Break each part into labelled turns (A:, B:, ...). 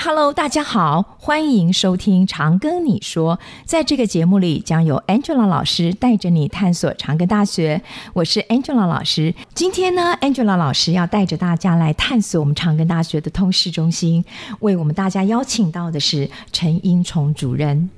A: Hello，大家好，欢迎收听《常跟你说》。在这个节目里，将由 Angela 老师带着你探索长庚大学。我是 Angela 老师。今天呢，Angela 老师要带着大家来探索我们长庚大学的通识中心。为我们大家邀请到的是陈英崇主任。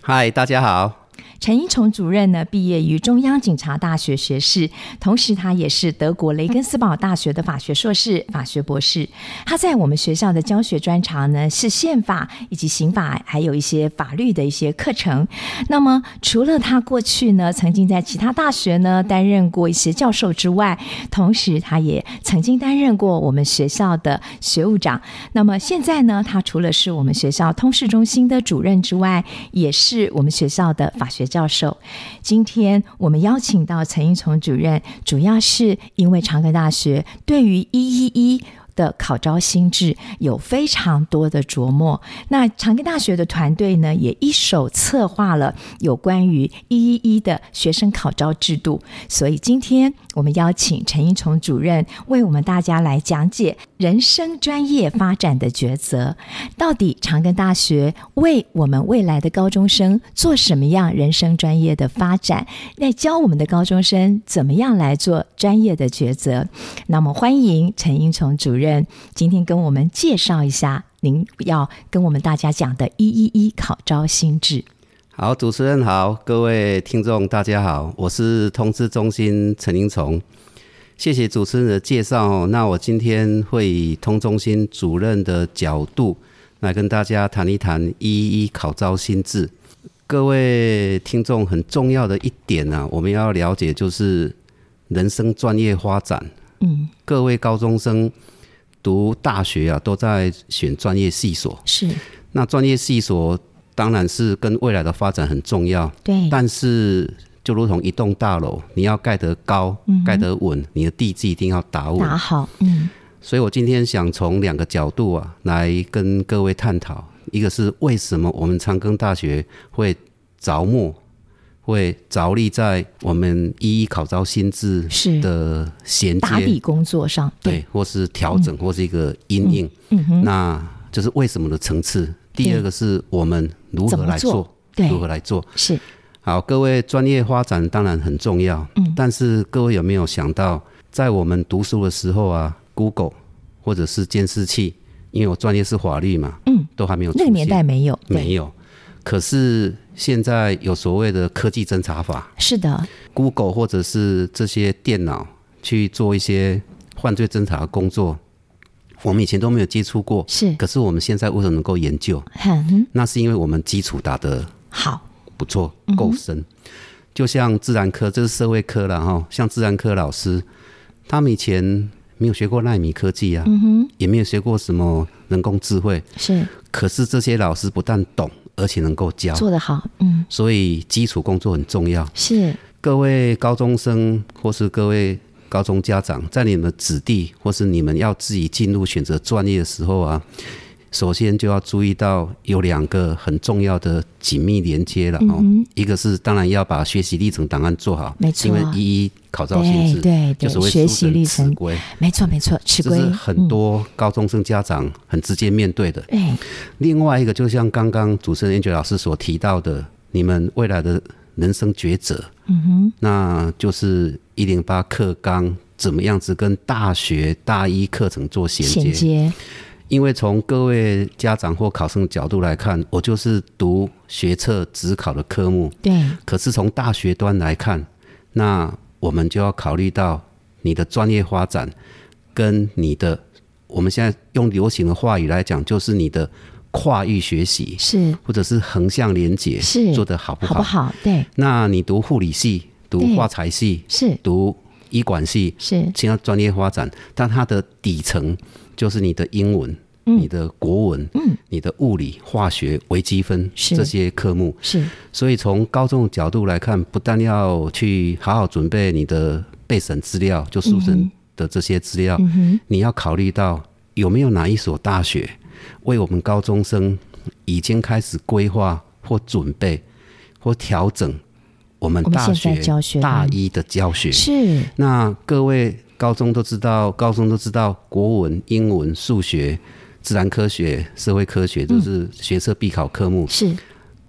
B: 嗨，大家好。
A: 陈英崇主任呢，毕业于中央警察大学学士，同时他也是德国雷根斯堡大学的法学硕士、法学博士。他在我们学校的教学专长呢是宪法以及刑法，还有一些法律的一些课程。那么除了他过去呢曾经在其他大学呢担任过一些教授之外，同时他也曾经担任过我们学校的学务长。那么现在呢，他除了是我们学校通识中心的主任之外，也是我们学校的法学。教授，今天我们邀请到陈英崇主任，主要是因为长庚大学对于“一一一”的考招心智有非常多的琢磨。那长庚大学的团队呢，也一手策划了有关于“一一一”的学生考招制度。所以今天我们邀请陈英崇主任为我们大家来讲解人生专业发展的抉择，到底长庚大学为我们未来的高中生做什么样人生专业的发展，来教我们的高中生怎么样来做专业的抉择。那么，欢迎陈英崇主任今天跟我们介绍一下您要跟我们大家讲的“一一一”考招心智。
B: 好，主持人好，各位听众大家好，我是通知中心陈英崇。谢谢主持人的介绍。那我今天会以通中心主任的角度来跟大家谈一谈“一一考招心智”。各位听众，很重要的一点呢、啊，我们要了解就是人生专业发展。
A: 嗯，
B: 各位高中生读大学啊，都在选专业系所。
A: 是，
B: 那专业系所当然是跟未来的发展很重要。
A: 对，
B: 但是就如同一栋大楼，你要盖得高、盖得稳，你的地基一定要打稳。
A: 嗯打好，嗯，
B: 所以我今天想从两个角度啊，来跟各位探讨，一个是为什么我们长庚大学会着墨，会着力在我们一一考招心智
A: 是
B: 的衔
A: 打
B: 接
A: 底，工作上，
B: 对，或是调整，或是一个阴影，
A: 嗯哼，
B: 那就是为什么的层次。第
A: 对
B: 二个是我们如
A: 怎
B: 何
A: 么
B: 来
A: 做
B: 做，
A: 对
B: 如何来做。
A: 是
B: 好，各位专业发展当然很重要，
A: 嗯
B: 但是各位有没有想到，在我们读书的时候啊，Google 或者是监视器，因为我专业是法律嘛，
A: 嗯，
B: 都还没有出
A: 那
B: 现
A: 个年代没有，对
B: 没有，可是现在有所谓的科技侦查法
A: 是的，
B: ，Google 或者是这些电脑去做一些犯罪侦查的工作，我们以前都没有接触过，
A: 是
B: 可是我们现在为什么能够研究？
A: 很
B: 那是因为我们基础打得
A: 好，
B: 不错，够深。
A: 嗯
B: 就像自然科，这是社会科了哈。像自然科老师，他们以前没有学过纳米科技啊，
A: 嗯
B: 也没有学过什么人工智慧。
A: 是
B: 可是这些老师不但懂，而且能够教，
A: 做得好，嗯，
B: 所以基础工作很重要。
A: 是
B: 各位高中生或是各位高中家长，在你们的子弟或是你们要自己进入选择专业的时候啊，首先就要注意到有两个很重要的紧密连接了哦。一个是当然要把学习历程档案做好，
A: 嗯没错
B: 因为一一考照性质，
A: 对对对
B: 就所谓
A: 学习历程嗯
B: 书本指规，
A: 没错没错，吃
B: 这
A: 亏
B: 是很多高中生家长很直接面对的。
A: 哎，
B: 另外一个，就像刚刚主持人 Angel 老师所提到的，你们未来的人生抉择，
A: 嗯哼，
B: 那就是一零八课纲怎么样子跟大学大一课程做衔接。
A: 衔接
B: 因为从各位家长或考生的角度来看，我就是读学测只考的科目，
A: 对，
B: 可是从大学端来看，那我们就要考虑到你的专业发展跟你的，我们现在用流行的话语来讲，就是你的跨域学习
A: 是
B: 或者是横向连接
A: 是
B: 做得好不
A: 好不好？对，
B: 那你读护理系、
A: 对
B: 读化材系、
A: 是
B: 读医管系，
A: 是
B: 先要专业发展，但它的底层就是你的英文、
A: 嗯
B: 你的国文、你的物理、化学、微积分
A: 是
B: 这些科目。
A: 是，
B: 所以从高中的角度来看，不但要去好好准备你的备审资料，就书审的这些
A: 嗯
B: 资料，嗯你要考虑到有没有哪一所大学为我们高中生已经开始规划或准备或调整我们
A: 我们
B: 大
A: 现在
B: 学
A: 教学
B: 大一的教学。
A: 是
B: 那各位高中都知道，高中都知道国文、英文、数学自然科学、社会科学，就是学测必考科目。
A: 是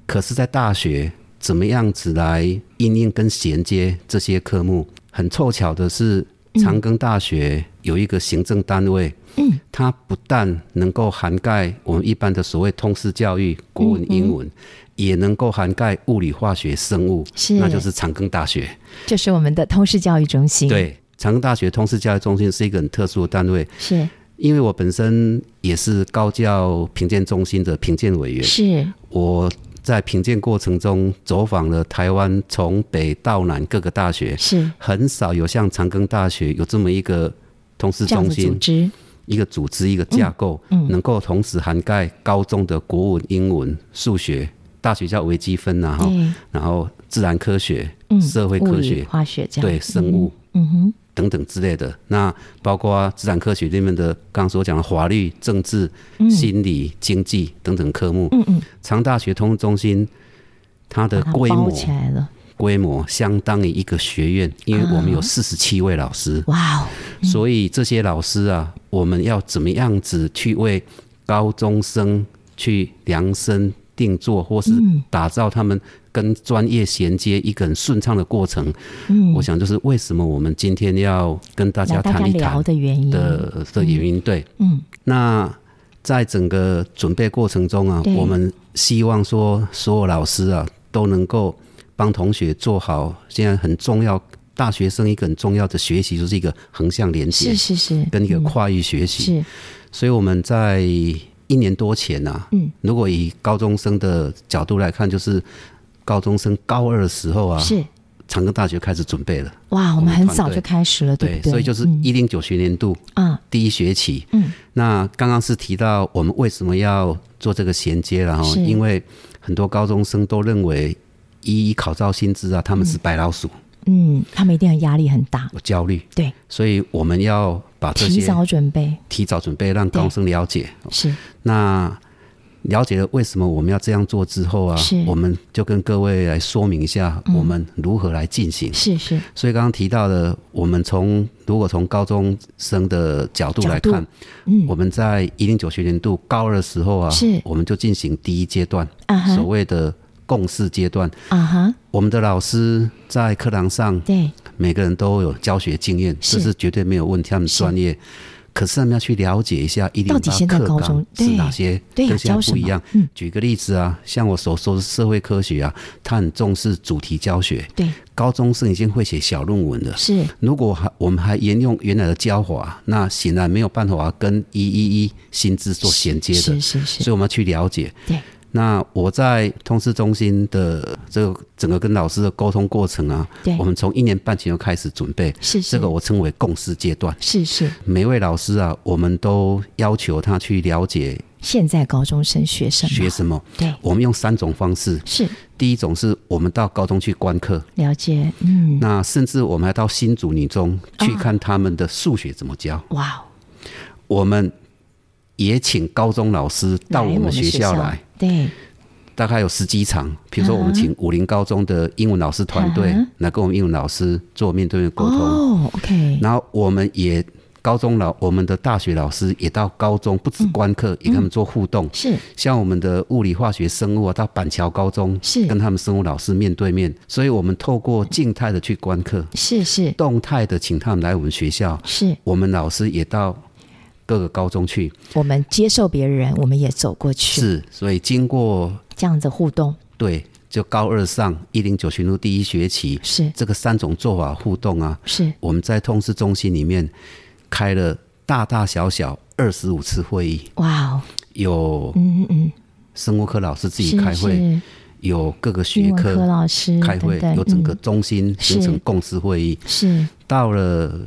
B: 可是，在大学怎么样子来应用跟衔接这些科目？很凑巧的是，长庚大学有一个行政单位，嗯，它不但能够涵盖我们一般的所谓通识教育、国文、英文，也能够涵盖物理、化学、生物，
A: 是
B: 那嗯就是长庚大学。
A: 就是我们的通识教育中心，，
B: 对，长庚大学通识教育中心是一个很特殊的单位，
A: 是
B: 因为我本身也是高教评鉴中心的评鉴委员，
A: 是
B: 我在评鉴过程中走访了台湾从北到南各个大学，
A: 是
B: 很少有像长庚大学有这么一个通识
A: 这样
B: 中
A: 的组
B: 心、
A: 织，嗯
B: 一个组织、一个架构，能够同时涵盖高中的国文、英文、数学，大学叫微积分呐、啊、哈，
A: 对，
B: 然后自然科学、
A: 嗯，
B: 社会
A: 物
B: 科
A: 理
B: 学、
A: 化学这样，
B: 对生物。
A: 嗯哼，
B: 等等之类的。那包括自然科学里面的，刚刚所讲的法律、政治、心理、经济等等科目。
A: 嗯嗯，
B: 长大学通识中心，它的
A: 把它
B: 规
A: 包
B: 模
A: 起来了，
B: 规模相当于一个学院，因为我们
A: 啊
B: 有四十七位老师，
A: 哇哦，
B: 所以这些老师啊，我们要怎么样子去为高中生去量身定做，或是
A: 嗯
B: 打造他们跟专业衔接一个很顺畅的过程？
A: 嗯，
B: 我想就是为什么我们今天要跟大家
A: 来大家
B: 谈一谈
A: 聊的原因，
B: 的的原因。对，
A: 嗯，
B: 那在整个准备过程中啊
A: 对，
B: 我们希望说所有老师啊都能够帮同学做好现在很重要大学生一个很重要的学习，就是一个横向连接
A: 是是是，
B: 跟一个跨域学习。
A: 是
B: 所以我们在一年多前啊，
A: 嗯，
B: 如果以高中生的角度来看，就是。高中生高二的时候啊，
A: 是，
B: 长庚大学开始准备了，
A: 哇，我
B: 我
A: 们
B: 们
A: 很
B: 团
A: 早
B: 队
A: 就开始了，对不对？
B: 所以就是
A: 嗯
B: 一零九学年度
A: 啊，
B: 第一学期，
A: 嗯，
B: 那刚刚是提到我们为什么要做这个衔接了哈，
A: 是
B: 因为很多高中生都认为一一考照薪资啊，他们是白老鼠，
A: 嗯，他们一定要压力很大，
B: 有焦虑，
A: 对，
B: 所以我们要把这
A: 提
B: 些
A: 早准备
B: 提早准备，让高中生了解。
A: 是
B: 那了解了为什么我们要这样做之后啊
A: 是，嗯
B: 我们就跟各位来说明一下我们如何来进行。
A: 是是
B: 所以刚刚提到的，我们从如果从高中生的角度来
A: 角
B: 看
A: 度，嗯
B: 我们在一零九学年度高二的时候啊，
A: 是
B: 我们就进行第一阶段，
A: 啊哈
B: 所谓的共识阶段。
A: 啊哈，
B: 我们的老师在课堂上，
A: 对，
B: 每个人都有教学经验，
A: 是
B: 这是绝对没有问题，他们专业。可是他们要去了解一下一零
A: 到底
B: 八
A: 现在
B: 课
A: 高中
B: 纲是
A: 对
B: 哪些，
A: 对呀
B: 跟现
A: 教
B: 在
A: 什
B: 不
A: 么
B: 一样。
A: 嗯
B: 举个例子啊，像我所说的社会科学啊，它很重视主题教学，
A: 对，
B: 高中生已经会写小论文了。
A: 是
B: 如果还我们还沿用原来的教法，那显然没有办法跟一一一薪资做衔接的
A: 是，是
B: 所
A: 是，
B: 以我们要去了解。
A: 对，
B: 那我在通识中心的这个整个跟老师的沟通过程啊
A: 对，
B: 我们从一年半前就开始准备，
A: 是是
B: 这个我称为共识阶段。
A: 是是
B: 每位老师啊，我们都要求他去了解
A: 现在高中生学生
B: 学
A: 嘛
B: 什么。
A: 对
B: 我们用三种方式，
A: 是
B: 第一种是我们到高中去观课，
A: 了解，嗯，啊
B: 那甚至我们还到新竹女中去看他们的数学怎么教。
A: 哇哦，
B: 我们也请高中老师到
A: 来
B: 我们学校啊来，，
A: 对，
B: 大概有十几场。比如说，我们请武林高中的英文老师团队
A: 嗯哼
B: 来跟我们英文老师做面对面沟通，
A: 哦，OK，
B: 然后我们也高中老我们的大学老师也到高中，不止观课，也跟他们做互动。
A: 是
B: 像我们的物理、化学、生物啊，到板桥高中
A: 是
B: 跟他们生物老师面对面，所以我们透过静态的去观课，
A: 是是
B: 动态的请他们来我们学校，
A: 是，
B: 我们老师也到各个高中去，
A: 我们接受别人，我们也走过去，
B: 是，所以经过
A: 这样子互动
B: 对，就高二上一零九学年度第一学期，
A: 是
B: 这个三种做法互动啊，
A: 是
B: 我们在通识中心里面开了大大小小二十五次会议，
A: 哇哦，
B: 有
A: 嗯嗯，
B: 生物科老师自己
A: 是
B: 开会，
A: 是
B: 有各个学
A: 英文科
B: 科
A: 老师
B: 开会，
A: 等等
B: 有整
A: 嗯
B: 个中心形成
A: 是
B: 共识会议。
A: 是
B: 到了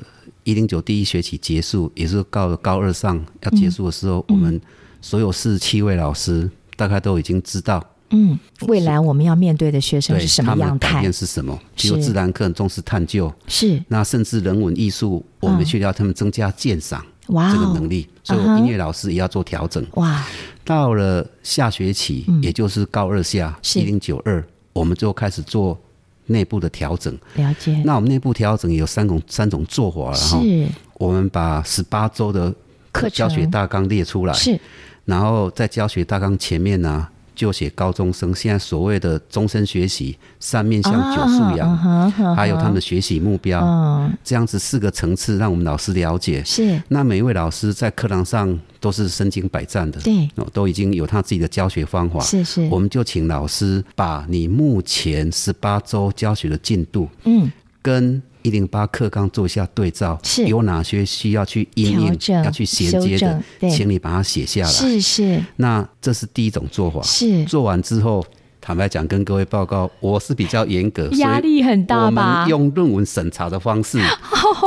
B: 一零九第一学期结束，也是到了高二上要结束的
A: 嗯
B: 时候，我们所有四十七位老师大概都已经知道。
A: 嗯，未来我们要面对的学生
B: 对
A: 是什
B: 他
A: 么
B: 们
A: 样
B: 的改
A: 态
B: 变？是什么？比如
A: 是
B: 自然课很重视探究，
A: 是
B: 那甚至人文艺术，我们去要他们增加鉴赏、
A: 哇
B: 这个
A: 哦
B: 能力，所以
A: 啊哈嗯
B: 我音乐老师也要做调整。
A: 哇，
B: 到了下学期，也就是高二下
A: 是
B: 一零九二，我们就开始做内部的调整。
A: 了解
B: 那我们内部调整有三种三种做法了哈，
A: 是
B: 我们把十八周的
A: 课
B: 教学
A: 程
B: 大纲列出来，
A: 是
B: 然后在教学大纲前面呢、就写高中生现在所谓的终身学习三面
A: 啊
B: 向九素养，
A: 养
B: 还有他们的学习目标，
A: 啊嗯
B: 这样子四个层次让我们老师了解。
A: 是
B: 那每一位老师在课堂上都是身经百战的，
A: 对
B: 哦，都已经有他自己的教学方法。
A: 是是
B: 我们就请老师把你目前十八周教学的进度
A: 嗯
B: 跟一零八课纲做一下对照，
A: 是
B: 有哪些需要去应
A: 调
B: 应、
A: 整
B: 要去衔接
A: 修正
B: 的
A: 对，
B: 请你把它写下来。
A: 是是
B: 那这是第一种做法。
A: 是
B: 做完之后，坦白讲，跟各位报告，我是比较严格，
A: 压
B: 所以
A: 力很大
B: 我
A: 吧
B: 们？用论文审查的方 式，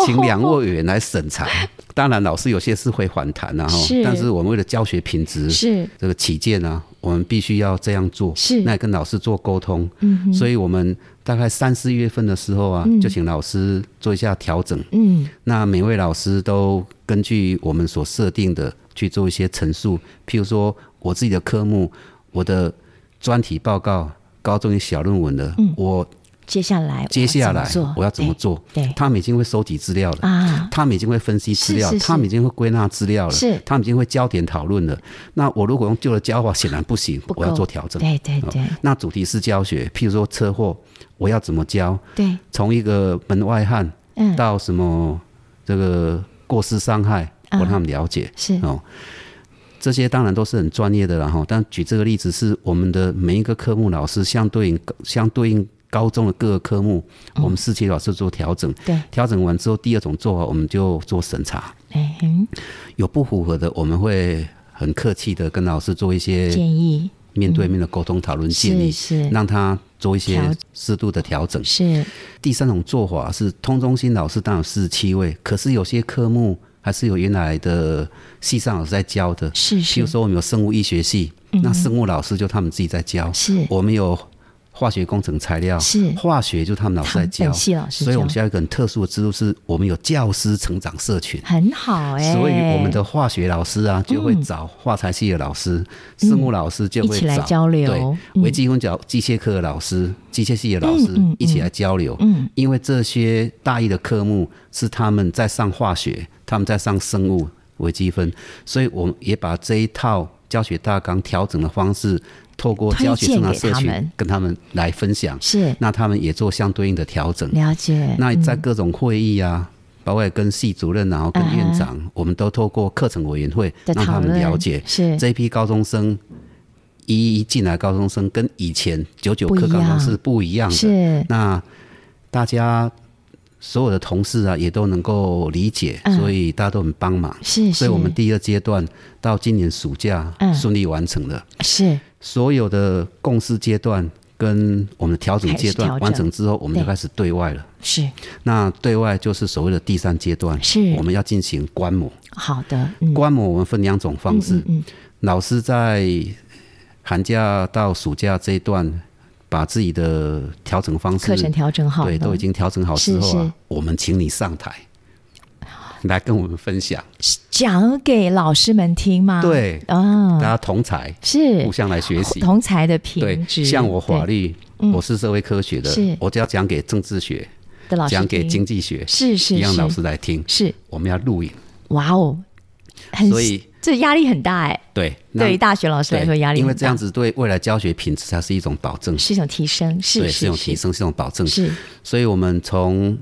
B: 请两位委员来审查。当然，老师有些是会反弹啊，哈
A: 是
B: 但是我们为了教学品质
A: 是
B: 这个起见呢、我们必须要这样做，
A: 是
B: 那也跟老师做沟通。嗯，所以我们大概三四月份的时候啊，就请老师做一下调整。
A: 嗯
B: 那每位老师都根据我们所设定的去做一些陈述，譬如说我自己的科目，我的专题报告、高中小论文的，
A: 嗯
B: 我
A: 接下来
B: 接下来我要怎么
A: 对
B: 做？
A: 对
B: 他们已经会收集资料了。
A: 哎啊？
B: 他们已经会分析资料，
A: 是是是
B: 他们已经会归纳资料了，
A: 是
B: 他们已经会焦点讨论了。那我如果用旧的教法，显然不行，
A: 不够
B: 我要做调整。
A: 对对
B: 哦
A: 对
B: 那主题是教学，譬如说车祸，我要怎么教？
A: 对，
B: 从一个门外汉
A: 嗯
B: 到什么这个过失伤害，我
A: 啊
B: 让他们了解、
A: 是
B: 哦。这些当然都是很专业的啦，然后但举这个例子是我们的每一个科目老师相对应相对应高中的各个科目，
A: 嗯
B: 我们四期老师做调整。
A: 对，
B: 调整完之后，第二种做法我们就做审查，
A: 哎嗯
B: 有不符合的，我们会很客气的跟老师做一些
A: 建议
B: 面对面的沟通讨论建
A: 是
B: 议，
A: 是
B: 让他做一些
A: 调
B: 适度的调整。
A: 是
B: 第三种做法是，通中心老师当然四十七位，可是有些科目还是有原来的系上老师在教的，
A: 是
B: 譬
A: 是嗯
B: 如说我们有生物医学系，那生物老师就他们自己在教，
A: 是
B: 我们有化学工程材料，
A: 是
B: 化学就他们老
A: 他
B: 师在
A: 们本
B: 教，
A: 系老师
B: 所以我们
A: 教
B: 现在有一个很特殊的制度是，我们有教师成长社群。
A: 很好哎，
B: 所以我们的化学老师啊，就会找化材系的老师，生物老师就
A: 嗯
B: 会
A: 一起来
B: 找
A: 交流嗯
B: 对，微积分角机械课的老师、机械系的老师
A: 嗯嗯
B: 一起来交流。
A: 嗯，
B: 因为这些大一的科目是他们在上化学，他们在上生物、微积分，所以我们也把这一套教学大纲调整的方式，透过
A: 推
B: 教学
A: 荐
B: 生长
A: 给
B: 社
A: 他
B: 群
A: 们
B: 跟他们来分享，
A: 是
B: 那他们也做相对应的调整。
A: 了解嗯
B: 那在各种会议啊，包括跟系主任，然后跟院长，我们都透过课程委员会
A: 嗯的
B: 让
A: 讨
B: 他
A: 论
B: 们了解
A: 是
B: 这一批高中生。一一进来，高中生跟以前九九
A: 不一
B: 课纲
A: 样
B: 中是不一样的。
A: 是
B: 那大家所有的同事啊，也都能够理解，
A: 嗯
B: 所以大家都很帮忙。
A: 是，
B: 所以我们
A: 是
B: 第二阶段到今年暑假
A: 嗯
B: 顺利完成了。
A: 是
B: 所有的共识阶段跟我们的调整
A: 开始
B: 阶
A: 调
B: 段
A: 整
B: 完成之后，我们就
A: 对
B: 开始对外了。
A: 是
B: 那对外就是所谓的第三阶段，
A: 是
B: 我们要进行观摩。
A: 好的，嗯
B: 观摩我们分两种方式，
A: 嗯
B: 老师在寒假到暑假这一段，把自己的调整方式
A: 课程调整好了，嗯
B: 对都已经调整好之后啊，
A: 是是
B: 我们请你上台来跟我们分享，
A: 讲给老师们听吗？
B: 对
A: 啊
B: 大，家同才
A: 是
B: 互相来学习。
A: 同才的
B: 对
A: 品，质，
B: 像我法
A: 对嗯
B: 律，我是社会科学的
A: 是，
B: 我就要讲给政治学，
A: 的老师
B: 讲给
A: 听
B: 经济学，
A: 是是
B: 一样
A: 是
B: 老师来听。
A: 是
B: 我们要录影，
A: 哇哦，很
B: 所以
A: 这压力很大哎，
B: 对，那
A: 对于大学老师来说
B: 对，
A: 压力
B: 因为
A: 很
B: 这
A: 大
B: 样子对未来教学品质它是一种保证，
A: 是一种提升，是
B: 对，是一种
A: 升，
B: 提升，是一种保证。
A: 是
B: 所以我们从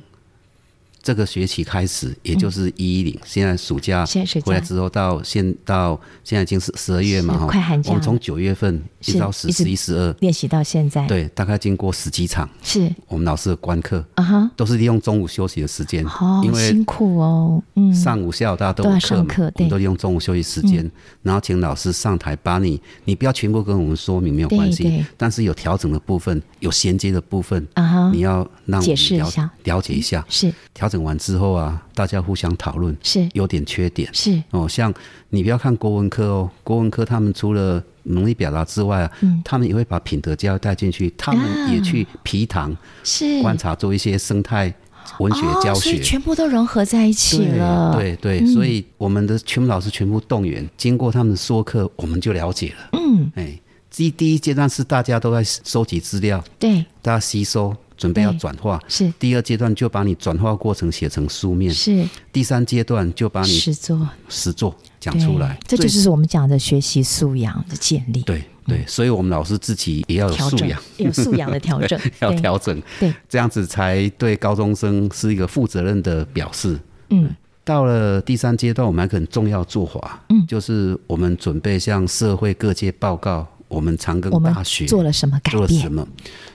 B: 这个学期开始，也就是一一零，现在暑假
A: 嗯现在暑假
B: 回来之后到现到现在已经是十二月嘛，
A: 是
B: 哈，
A: 快寒假
B: 我们从九月份
A: 是
B: 一直到十、
A: 一直
B: 十一、十二，
A: 练习到现在，
B: 对，大概经过十几场，
A: 是
B: 我们老师的观课
A: 啊哈，
B: 都是利用中午休息的时间，
A: 哦
B: 因，为
A: 辛苦哦，嗯，
B: 上午、下午大家都有
A: 都要
B: 课
A: 上
B: 嘛，
A: 课
B: 我
A: 对嗯
B: 们都利用中午休息时间，然后请老师上台，把你你不要全部跟我们说明没有
A: 对
B: 关
A: 对
B: 系，但是有调整的部分，有衔接的部分，
A: 啊哈
B: 你要让我
A: 解
B: 们
A: 释一下嗯
B: 了了解一下。
A: 是
B: 调整完之后啊，大家互相讨论
A: 是
B: 优点缺点。
A: 是
B: 哦，像你不要看国文科哦，国文科他们除了能力表达之外啊，
A: 嗯
B: 他们也会把品德教育带进去，他们也去
A: 啊
B: 皮塘
A: 是
B: 观察做一些生态文学
A: 哦
B: 教
A: 所
B: 学
A: 以。全部都融合在一起了，嗯
B: 对对对，所以我们的全部老师全部动员，经过他们的说课，我们就了解了。嗯，哎，第第一阶段是大家都在收集资料，
A: 对
B: 大家吸收，准备要转化。
A: 是
B: 第二阶段就把你转化过程写成书面，
A: 是
B: 嗯第三阶段就把你
A: 实作
B: 实作讲出来
A: 对。这就是我们讲的学习素养的建立，
B: 对对，所以我们老师自己也要有
A: 调
B: 素
A: 整
B: 养，，
A: 有素养的调整
B: 要
A: 对
B: 调整，
A: 对，
B: 这样子才对高中生是一个负责任的表示。
A: 嗯
B: 到了第三阶段，我们还很重要做法，嗯，就是我们准备向社会各界报告我们长
A: 我
B: 庚
A: 们
B: 大学
A: 做了什么改
B: 做了什
A: 变？
B: 么，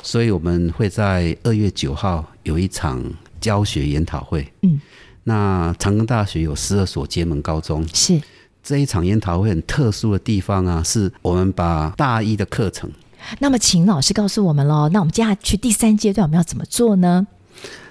B: 所以我们会在二月九号有一场教学研讨会。
A: 嗯，
B: 那长庚大学有十二所结盟高中，
A: 是
B: 这一场研讨会很特殊的地方啊，是我们把大一的课程。
A: 那么，秦老师告诉我们喽，那我们接下去第三阶段我们要怎么做呢？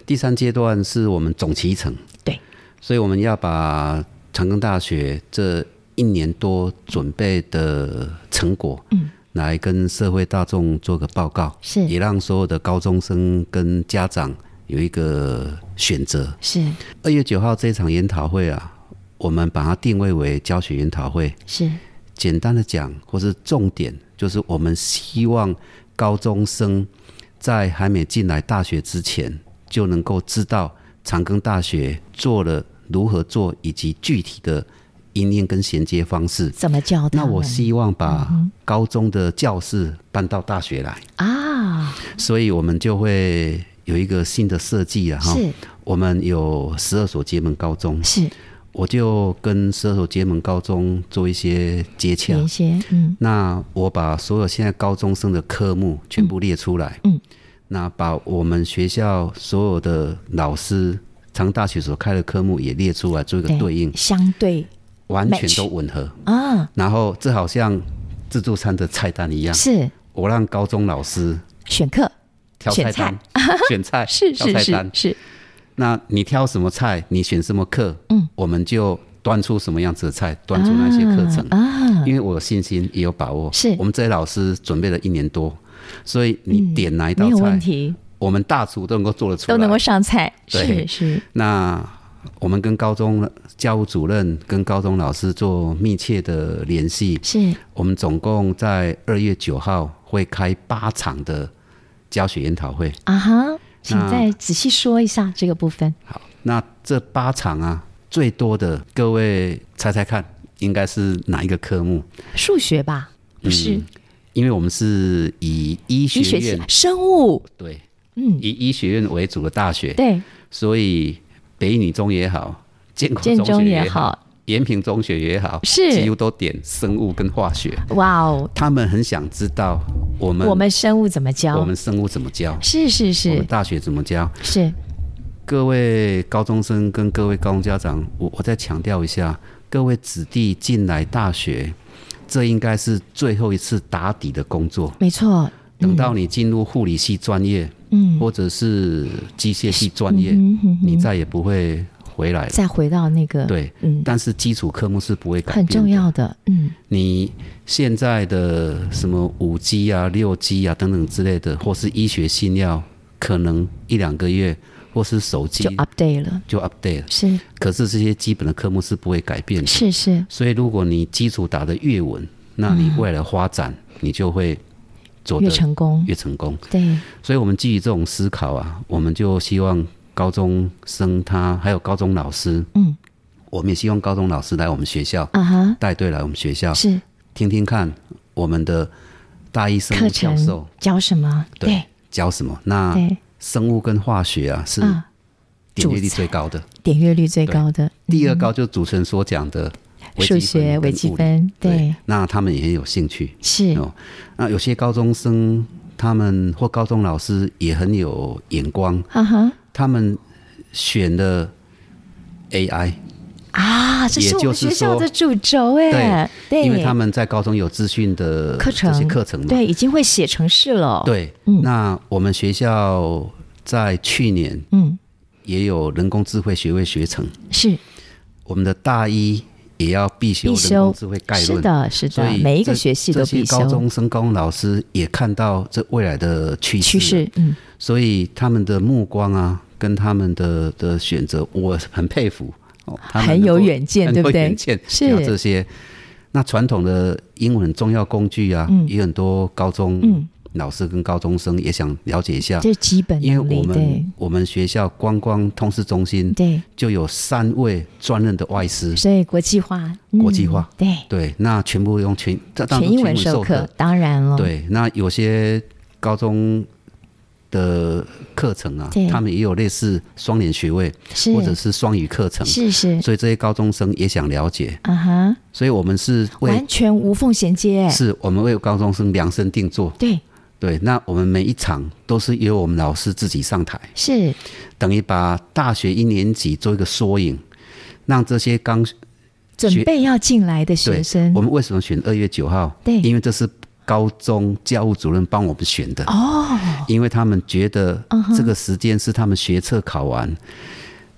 B: 第三阶段是我们总集成，
A: 对，
B: 所以我们要把长庚大学这一年多准备的成果，
A: 嗯，
B: 来跟社会大众做个报告，
A: 是
B: 也让所有的高中生跟家长有一个选择。
A: 是
B: 二月九号这一场研讨会啊，我们把它定位为教学研讨会。
A: 是，
B: 简单的讲，或是重点，就是我们希望高中生在还没进来大学之前，就能够知道长庚大学做了如何做，以及具体的应用跟衔接方式。
A: 怎么教他
B: 那
A: 们？
B: 我希望把高中的教室搬到大学来，
A: 啊，
B: 所以我们就会有一个新的设计啊了哈。
A: 是
B: 我们有十二所结盟高中，
A: 是
B: 我就跟十二所结盟高中做一些接洽，
A: 连接，嗯
B: 那我把所有现在高中生的科目全部列出来，
A: 嗯嗯
B: 那把我们学校所有的老师、长大学所开的科目也列出来做一个对应，
A: 相对
B: 完全
A: match
B: 都吻合。
A: 啊，
B: 然后这好像自助餐的菜单一样，
A: 是
B: 我让高中老师
A: 选课，
B: 挑菜单、选菜、
A: 是
B: 挑
A: 是
B: 菜
A: 是
B: 单。
A: 是，
B: 那你挑什么菜，你选什么课，嗯，我们就端出什么样子的菜，端出那些课程
A: 啊
B: 因为我有信心，也有把握。
A: 是
B: 我们这些老师准备了一年多，所以你点哪一
A: 嗯
B: 道
A: 没有
B: 菜
A: 问，题，
B: 我们大厨都能够做得出
A: 都
B: 来。
A: 能够上菜，是
B: 对
A: 是
B: 那我们跟高中教务主任、跟高中老师做密切的联系。
A: 是
B: 我们总共在二月九号会开八场的教学研讨会。
A: 啊哈，请
B: 那
A: 再仔细说一下这个部分。
B: 好，那这八场啊，最多的各位猜猜看，应该是哪一个科目？
A: 数学吧，
B: 嗯
A: 不是
B: 因为我们是以医
A: 医
B: 学
A: 学系
B: 院
A: 生物，
B: 对，
A: 嗯，
B: 以医学院为主的大学，
A: 对，
B: 所以北一女中也好，建国
A: 建
B: 中
A: 中
B: 学
A: 也
B: 也好，
A: 好，
B: 延平中学也好，
A: 是
B: 几乎都点生物跟化学。
A: 哇哦，
B: 他们很想知道我们
A: 我们生物怎么
B: 我
A: 教？
B: 们生物怎么教，
A: 是是
B: 我们
A: 是
B: 大学怎么教。
A: 是，
B: 各位高中生跟各位高中家长，我我再强调一下，各位子弟进来大学，这应该是最后一次打底的工作。
A: 没错，
B: 等到你进入护理系专业，
A: 嗯，
B: 或者是机械系专业，
A: 嗯哼
B: 你再也不会回来了。
A: 再回到那个，
B: 对，
A: 嗯，
B: 但是基础科目是不会改变
A: 很
B: 的
A: 重。要的，嗯，
B: 你现在的什么五 G 啊、六 G 啊等等之类的，或是医学信料，可能一两个月，或是手机
A: 就 update 了，
B: 就 update 了。
A: 是
B: 可是这些基本的科目是不会改变的。
A: 是是，
B: 所以如果你基础打得越稳，那你未来发展你就会走
A: 嗯越
B: 得
A: 成功，
B: 越成功。
A: 对，
B: 所以，我们基于这种思考啊，我们就希望高中生他还有高中老师，
A: 嗯，
B: 我们也希望高中老师来我们学校
A: 啊哈，
B: 带队来我们学校
A: 是
B: 听听看我们的大一生
A: 课
B: 物教授
A: 程教什么？
B: 对
A: 对
B: 教什么。那
A: 对，
B: 生物跟化学啊是
A: 啊，
B: 点阅
A: 主
B: 率最高的，
A: 点阅率最
B: 对
A: 高的
B: 第二高就是主持人所讲的微积
A: 数
B: 分
A: 学
B: 跟
A: 微积
B: 物理，
A: 分，对，
B: 那他们也很有兴趣。
A: 是
B: 哦，那有些高中生他们或高中老师也很有眼光，
A: 啊哈
B: 他们选了 AI，
A: 啊，这
B: 也
A: 是我
B: 就
A: 们
B: 是
A: 学校
B: 说
A: 的主轴哎，对，
B: 因为他们在高中有资讯的
A: 课
B: 这些
A: 程
B: 课程嘛，
A: 对嗯已经会写程式了，，
B: 对那我们学校在去年
A: 嗯，
B: 也有人工智慧学位学程，
A: 是
B: 我们的大一也要必
A: 必
B: 修人
A: 修
B: 工智慧概
A: 是
B: 论。
A: 的，是
B: 所
A: 的，
B: 以
A: 每一个
B: 这
A: 学系都
B: 这些
A: 必
B: 高
A: 修
B: 中生、高中老师也看到这未来的趋
A: 趋
B: 势啊，
A: 势，嗯，
B: 所以他们的目光啊，跟他们的的选择，我很佩服。哦，他们
A: 很有
B: 能够
A: 远见
B: 很
A: 对不
B: 有
A: 对
B: 远见
A: 是
B: 聊啊这些。那传统的英文很重要工具啊，也有很多高中
A: 嗯
B: 老师跟高中生也想了解一下，
A: 这是基本
B: 啊因
A: 能
B: 为我
A: 力，对
B: 们嗯我们学校光光通识中心
A: 对，
B: 就有三位专任的外师，
A: 所以国际化，
B: 国际化
A: 嗯对，
B: 对，那全部用全这当然
A: 全
B: 都
A: 英文
B: 全文
A: 授
B: 授
A: 课，当然了，
B: 对，那有些高中的课程啊
A: 对，
B: 他们也有类似双联学位
A: 是，
B: 或者是双语课程，
A: 是是，
B: 所以这些高中生也想了解，
A: 啊哈，
B: 所以我们是为
A: 完全无缝衔接，哎
B: 是我们为高中生量身定做，
A: 对，
B: 对，那我们每一场都是由我们老师自己上台，
A: 是
B: 等于把大学一年级做一个缩影，让这些刚
A: 准
B: 学
A: 备要进来的学
B: 对
A: 生
B: 我，们为什么选二月九号？
A: 对
B: 因为这是高中教务主任帮我们选的哦，因为他们觉得
A: 嗯
B: 这个时间是他们学测考完，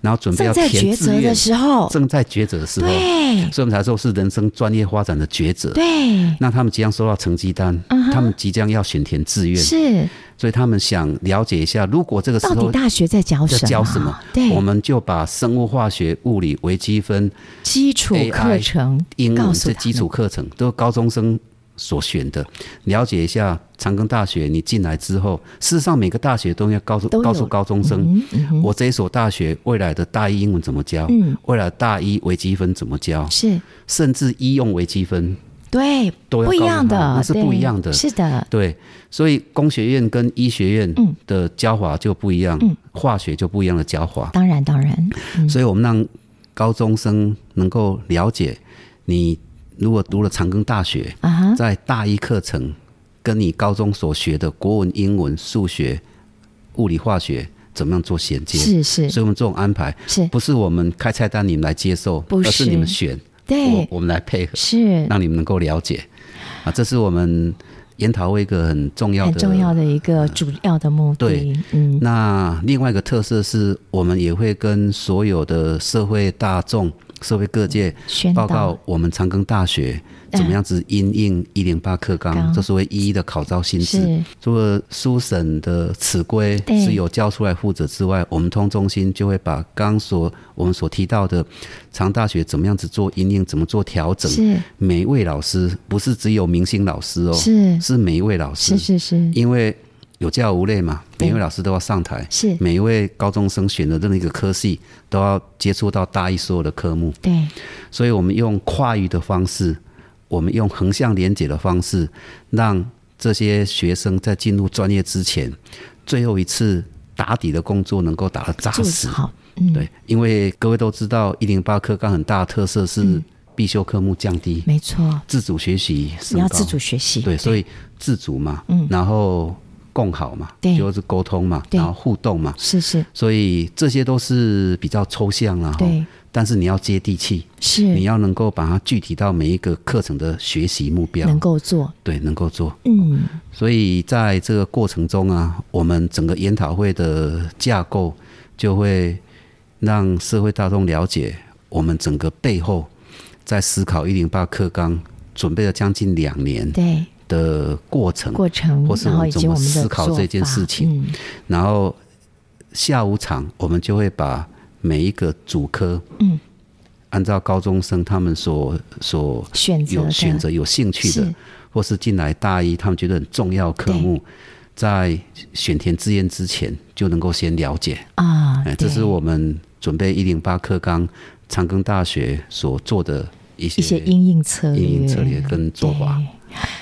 B: 然后准备
A: 正
B: 要
A: 在
B: 填
A: 抉
B: 志
A: 择的
B: 愿，
A: 时候，
B: 正在抉择的时候，
A: 对
B: 所以我们才说是人生专业发展的抉择。
A: 对，嗯
B: 那他们即将收到成绩单，他们即将要选填志愿，
A: 是
B: 所以他们想了解一下，如果这个时
A: 到底
B: 候。
A: 大学在教
B: 在
A: 什么？
B: 教什么？
A: 对，
B: 我们就把生物化学、物理、微积分、
A: 基础
B: AI
A: 课程
B: 英
A: 告
B: 文
A: 诉
B: 这
A: 他
B: 基
A: 们
B: 础课程都是高中生所选的，了解一下长庚大学。你进来之后，事实上每个大学都应该告诉
A: 都有
B: 告诉高中生，
A: 嗯嗯哼
B: 我这一所大学未来的大一英文怎么教，
A: 嗯
B: 未来的大一微积分怎么教，
A: 是
B: 甚至医用微积分
A: 对
B: 都要
A: 不一
B: 告诉
A: 样的
B: 他，那是
A: 对
B: 不一样的。
A: 是的，
B: 对，所以工学院跟医学
A: 嗯
B: 院的教法就不一样，化学就不一样的教法。
A: 当然当然，
B: 所以我们让高中生能够了解，你如果读了长庚大学，
A: 啊哈，
B: 在大一课程跟你高中所学的国文、英文、数学、物理、化学怎么样做衔接？
A: 是是
B: 所以我们这种安排
A: 是，
B: 不是我们开菜单你们来接受，
A: 不是
B: 而是你们选，我
A: 对
B: 我们来配合，
A: 是
B: 让你们能够了解啊，这是我们研讨会一个很重要
A: 很
B: 的呃
A: 重要的一个主要的目的
B: 对，
A: 嗯，
B: 那另外一个特色是我们也会跟所有的社会大众、社会各界
A: 宣
B: 报
A: 导
B: 告我们长庚大学怎么样子因应一零八课
A: 嗯纲
B: 纲，这所谓一一的考招新制。
A: 是
B: 除了书审的尺规
A: 对
B: 是由教出来负责之外，我们通中心就会把刚所我们所提到的长大学怎么样子做因应，怎么做调整。
A: 是
B: 每一位老师不是只有明星老师哦，
A: 是
B: 是嗯每一位老师
A: 是，是是
B: 因为有教无类嘛，
A: 对
B: 每一位老师都要上台，
A: 是，
B: 每一位高中生选的任何一个科系都要接触到大一所有的科目，
A: 对
B: 所以我们用跨域的方式，我们用横向连接的方式，让这些学生在进入专业之前，最后一次打底的工作能够打得扎
A: 做
B: 实。
A: 好，嗯，
B: 对，因为各位都知道，一零八课纲很大的特色
A: 嗯
B: 是必修科目降低，
A: 没错，
B: 自主学习
A: 嗯你
B: 升
A: 要
B: 高
A: 自主学习，嗯
B: 对，所以自主嘛，然后共好嘛，
A: 对
B: 就是沟通嘛，
A: 对
B: 然后互动嘛，
A: 是是，
B: 所以这些都是比较抽象啦，哈
A: 对，
B: 但是你要接地气，你
A: 是
B: 要能够把它具体到每一个课程的学习目标，
A: 能够做，
B: 对，能够做。
A: 嗯，
B: 所以在这个过程中啊，我们整个研讨会的架构就会让社会大众了解我们整个背后在思考一零八课纲准备了将近两年
A: 对，
B: 的过程。
A: 过程，
B: 或是
A: 然
B: 我
A: 后
B: 们
A: 以
B: 怎
A: 及
B: 么
A: 我们的
B: 思考
A: 做
B: 这件
A: 法
B: 事情，
A: 嗯
B: 然后下午场我们就会把每一个主科，
A: 嗯，
B: 按照高中生他们所所
A: 选择
B: 有
A: 的
B: 选择有兴趣
A: 啊
B: 的
A: 是，
B: 或是进来大一他们觉得很重要的科
A: 对
B: 目，在选填志愿之前就能够先了解。
A: 啊
B: 哎，，这
A: 对
B: 是我们准备一零八课纲长庚大学所做的一些
A: 一些阴影策略，
B: 因应策略跟做法。
A: 对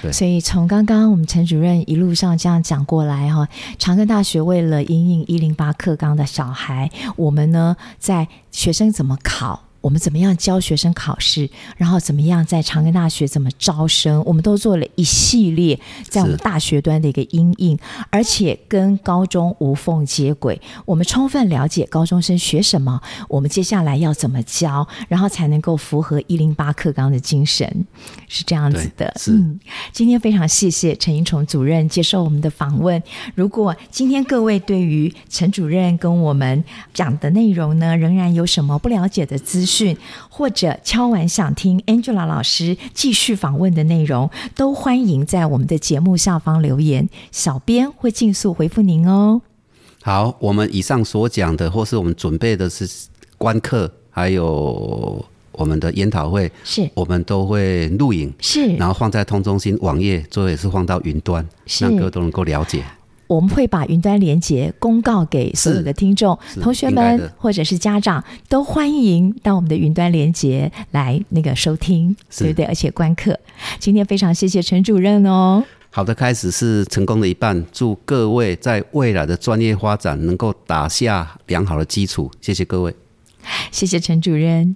B: 对
A: 所以从刚刚我们陈主任一路上这样讲过来哈，长庚大学为了因应一零八课纲的小孩，我们呢在学生怎么考。我们怎么样教学生考试，然后怎么样在长庚大学怎么招生，我们都做了一系列在我们
B: 是
A: 大学端的一个因应，而且跟高中无缝接轨。我们充分了解高中生学什么，我们接下来要怎么教，然后才能够符合一零八课纲的精神，是这样子
B: 对
A: 的。
B: 是
A: 嗯，今天非常谢谢陈英崇主任接受我们的访问。如果今天各位对于陈主任跟我们讲的内容呢，仍然有什么不了解的资讯，或者敲完想听 Angela 老师继续访问的内容，都欢迎在我们的节目下方留言，小编会尽速回复您哦。
B: 好，我们以上所讲的，或是我们准备的是观课，还有我们的研讨会，
A: 是
B: 我们都会录影，
A: 是，
B: 然后放在通中心网页，最后也是放到云端，
A: 是
B: 让各位都能够了解。
A: 我们会把云端连接公告给所有的听众、
B: 是
A: 同学
B: 应该
A: 们
B: 的
A: 或者是家长，都欢迎到我们的云端连接来那个收听，
B: 是
A: 对不对？而且观课。今天非常谢谢陈主任哦，
B: 好的开始是成功的一半，祝各位在未来的专业发展能够打下良好的基础。谢谢各位。
A: 谢谢陈主任。